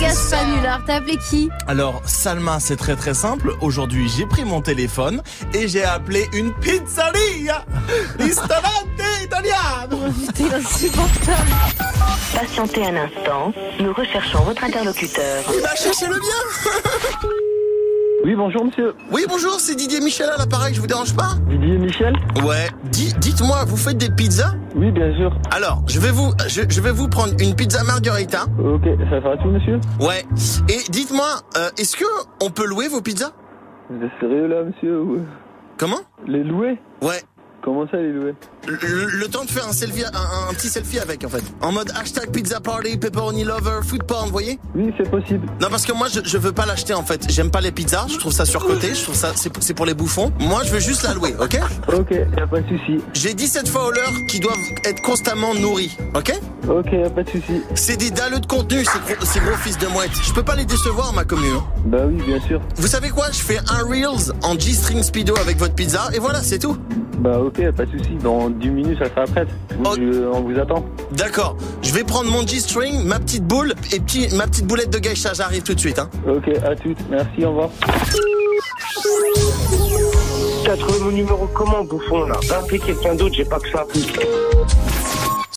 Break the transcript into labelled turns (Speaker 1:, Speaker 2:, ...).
Speaker 1: Gaspanular, t'as appelé qui
Speaker 2: Alors, Salma, c'est très très simple. Aujourd'hui, j'ai pris mon téléphone et j'ai appelé une pizzeria Ristorante italiano
Speaker 1: Putain, il est insupportable.
Speaker 3: Patientez un instant, nous recherchons votre interlocuteur.
Speaker 2: Il va chercher le bien
Speaker 4: Oui, bonjour monsieur.
Speaker 2: Oui, bonjour, c'est Didier Michel à l'appareil, je vous dérange pas
Speaker 4: Didier Michel
Speaker 2: Ouais. Di- Dites-moi, vous faites des pizzas
Speaker 4: Oui, bien sûr.
Speaker 2: Alors, je vais vous je, je vais vous prendre une pizza margarita.
Speaker 4: Ok, ça fera tout monsieur
Speaker 2: Ouais. Et dites-moi, euh, est-ce que on peut louer vos pizzas
Speaker 4: Vous êtes sérieux là monsieur ou- euh,
Speaker 2: Comment
Speaker 4: Les louer
Speaker 2: Ouais.
Speaker 4: Comment ça les louer
Speaker 2: Le, le temps de faire un selfie, un, un petit selfie avec en fait. En mode hashtag pizza party, pepperoni lover, food porn, vous voyez
Speaker 4: Oui, c'est possible.
Speaker 2: Non parce que moi je, je veux pas l'acheter en fait. J'aime pas les pizzas, je trouve ça surcoté, je trouve ça c'est c'est pour les bouffons. Moi je veux juste la louer, ok
Speaker 4: Ok, y a pas de souci.
Speaker 2: J'ai 17 followers qui doivent être constamment nourris, ok
Speaker 4: Ok, y a pas de souci.
Speaker 2: C'est des dalleux de contenu, ces gros, ces gros fils de mouette. Je peux pas les décevoir ma commune. hein.
Speaker 4: Bah oui, bien sûr.
Speaker 2: Vous savez quoi Je fais un reels en G-string speedo avec votre pizza et voilà c'est tout.
Speaker 4: Bah ok, y a pas de souci. Dans 10 minutes, ça sera prête. Vous-
Speaker 2: Ok.
Speaker 4: je- on vous attend.
Speaker 2: D'accord. Je vais prendre mon G-string, ma petite boule et petit, ma petite boulette de geisha. J'arrive tout de suite. Hein.
Speaker 4: Ok, à toutes. Merci, au revoir.
Speaker 5: T'as trouvé mon numéro comment, bouffon, là Va appeler quelqu'un d'autre, j'ai pas que ça.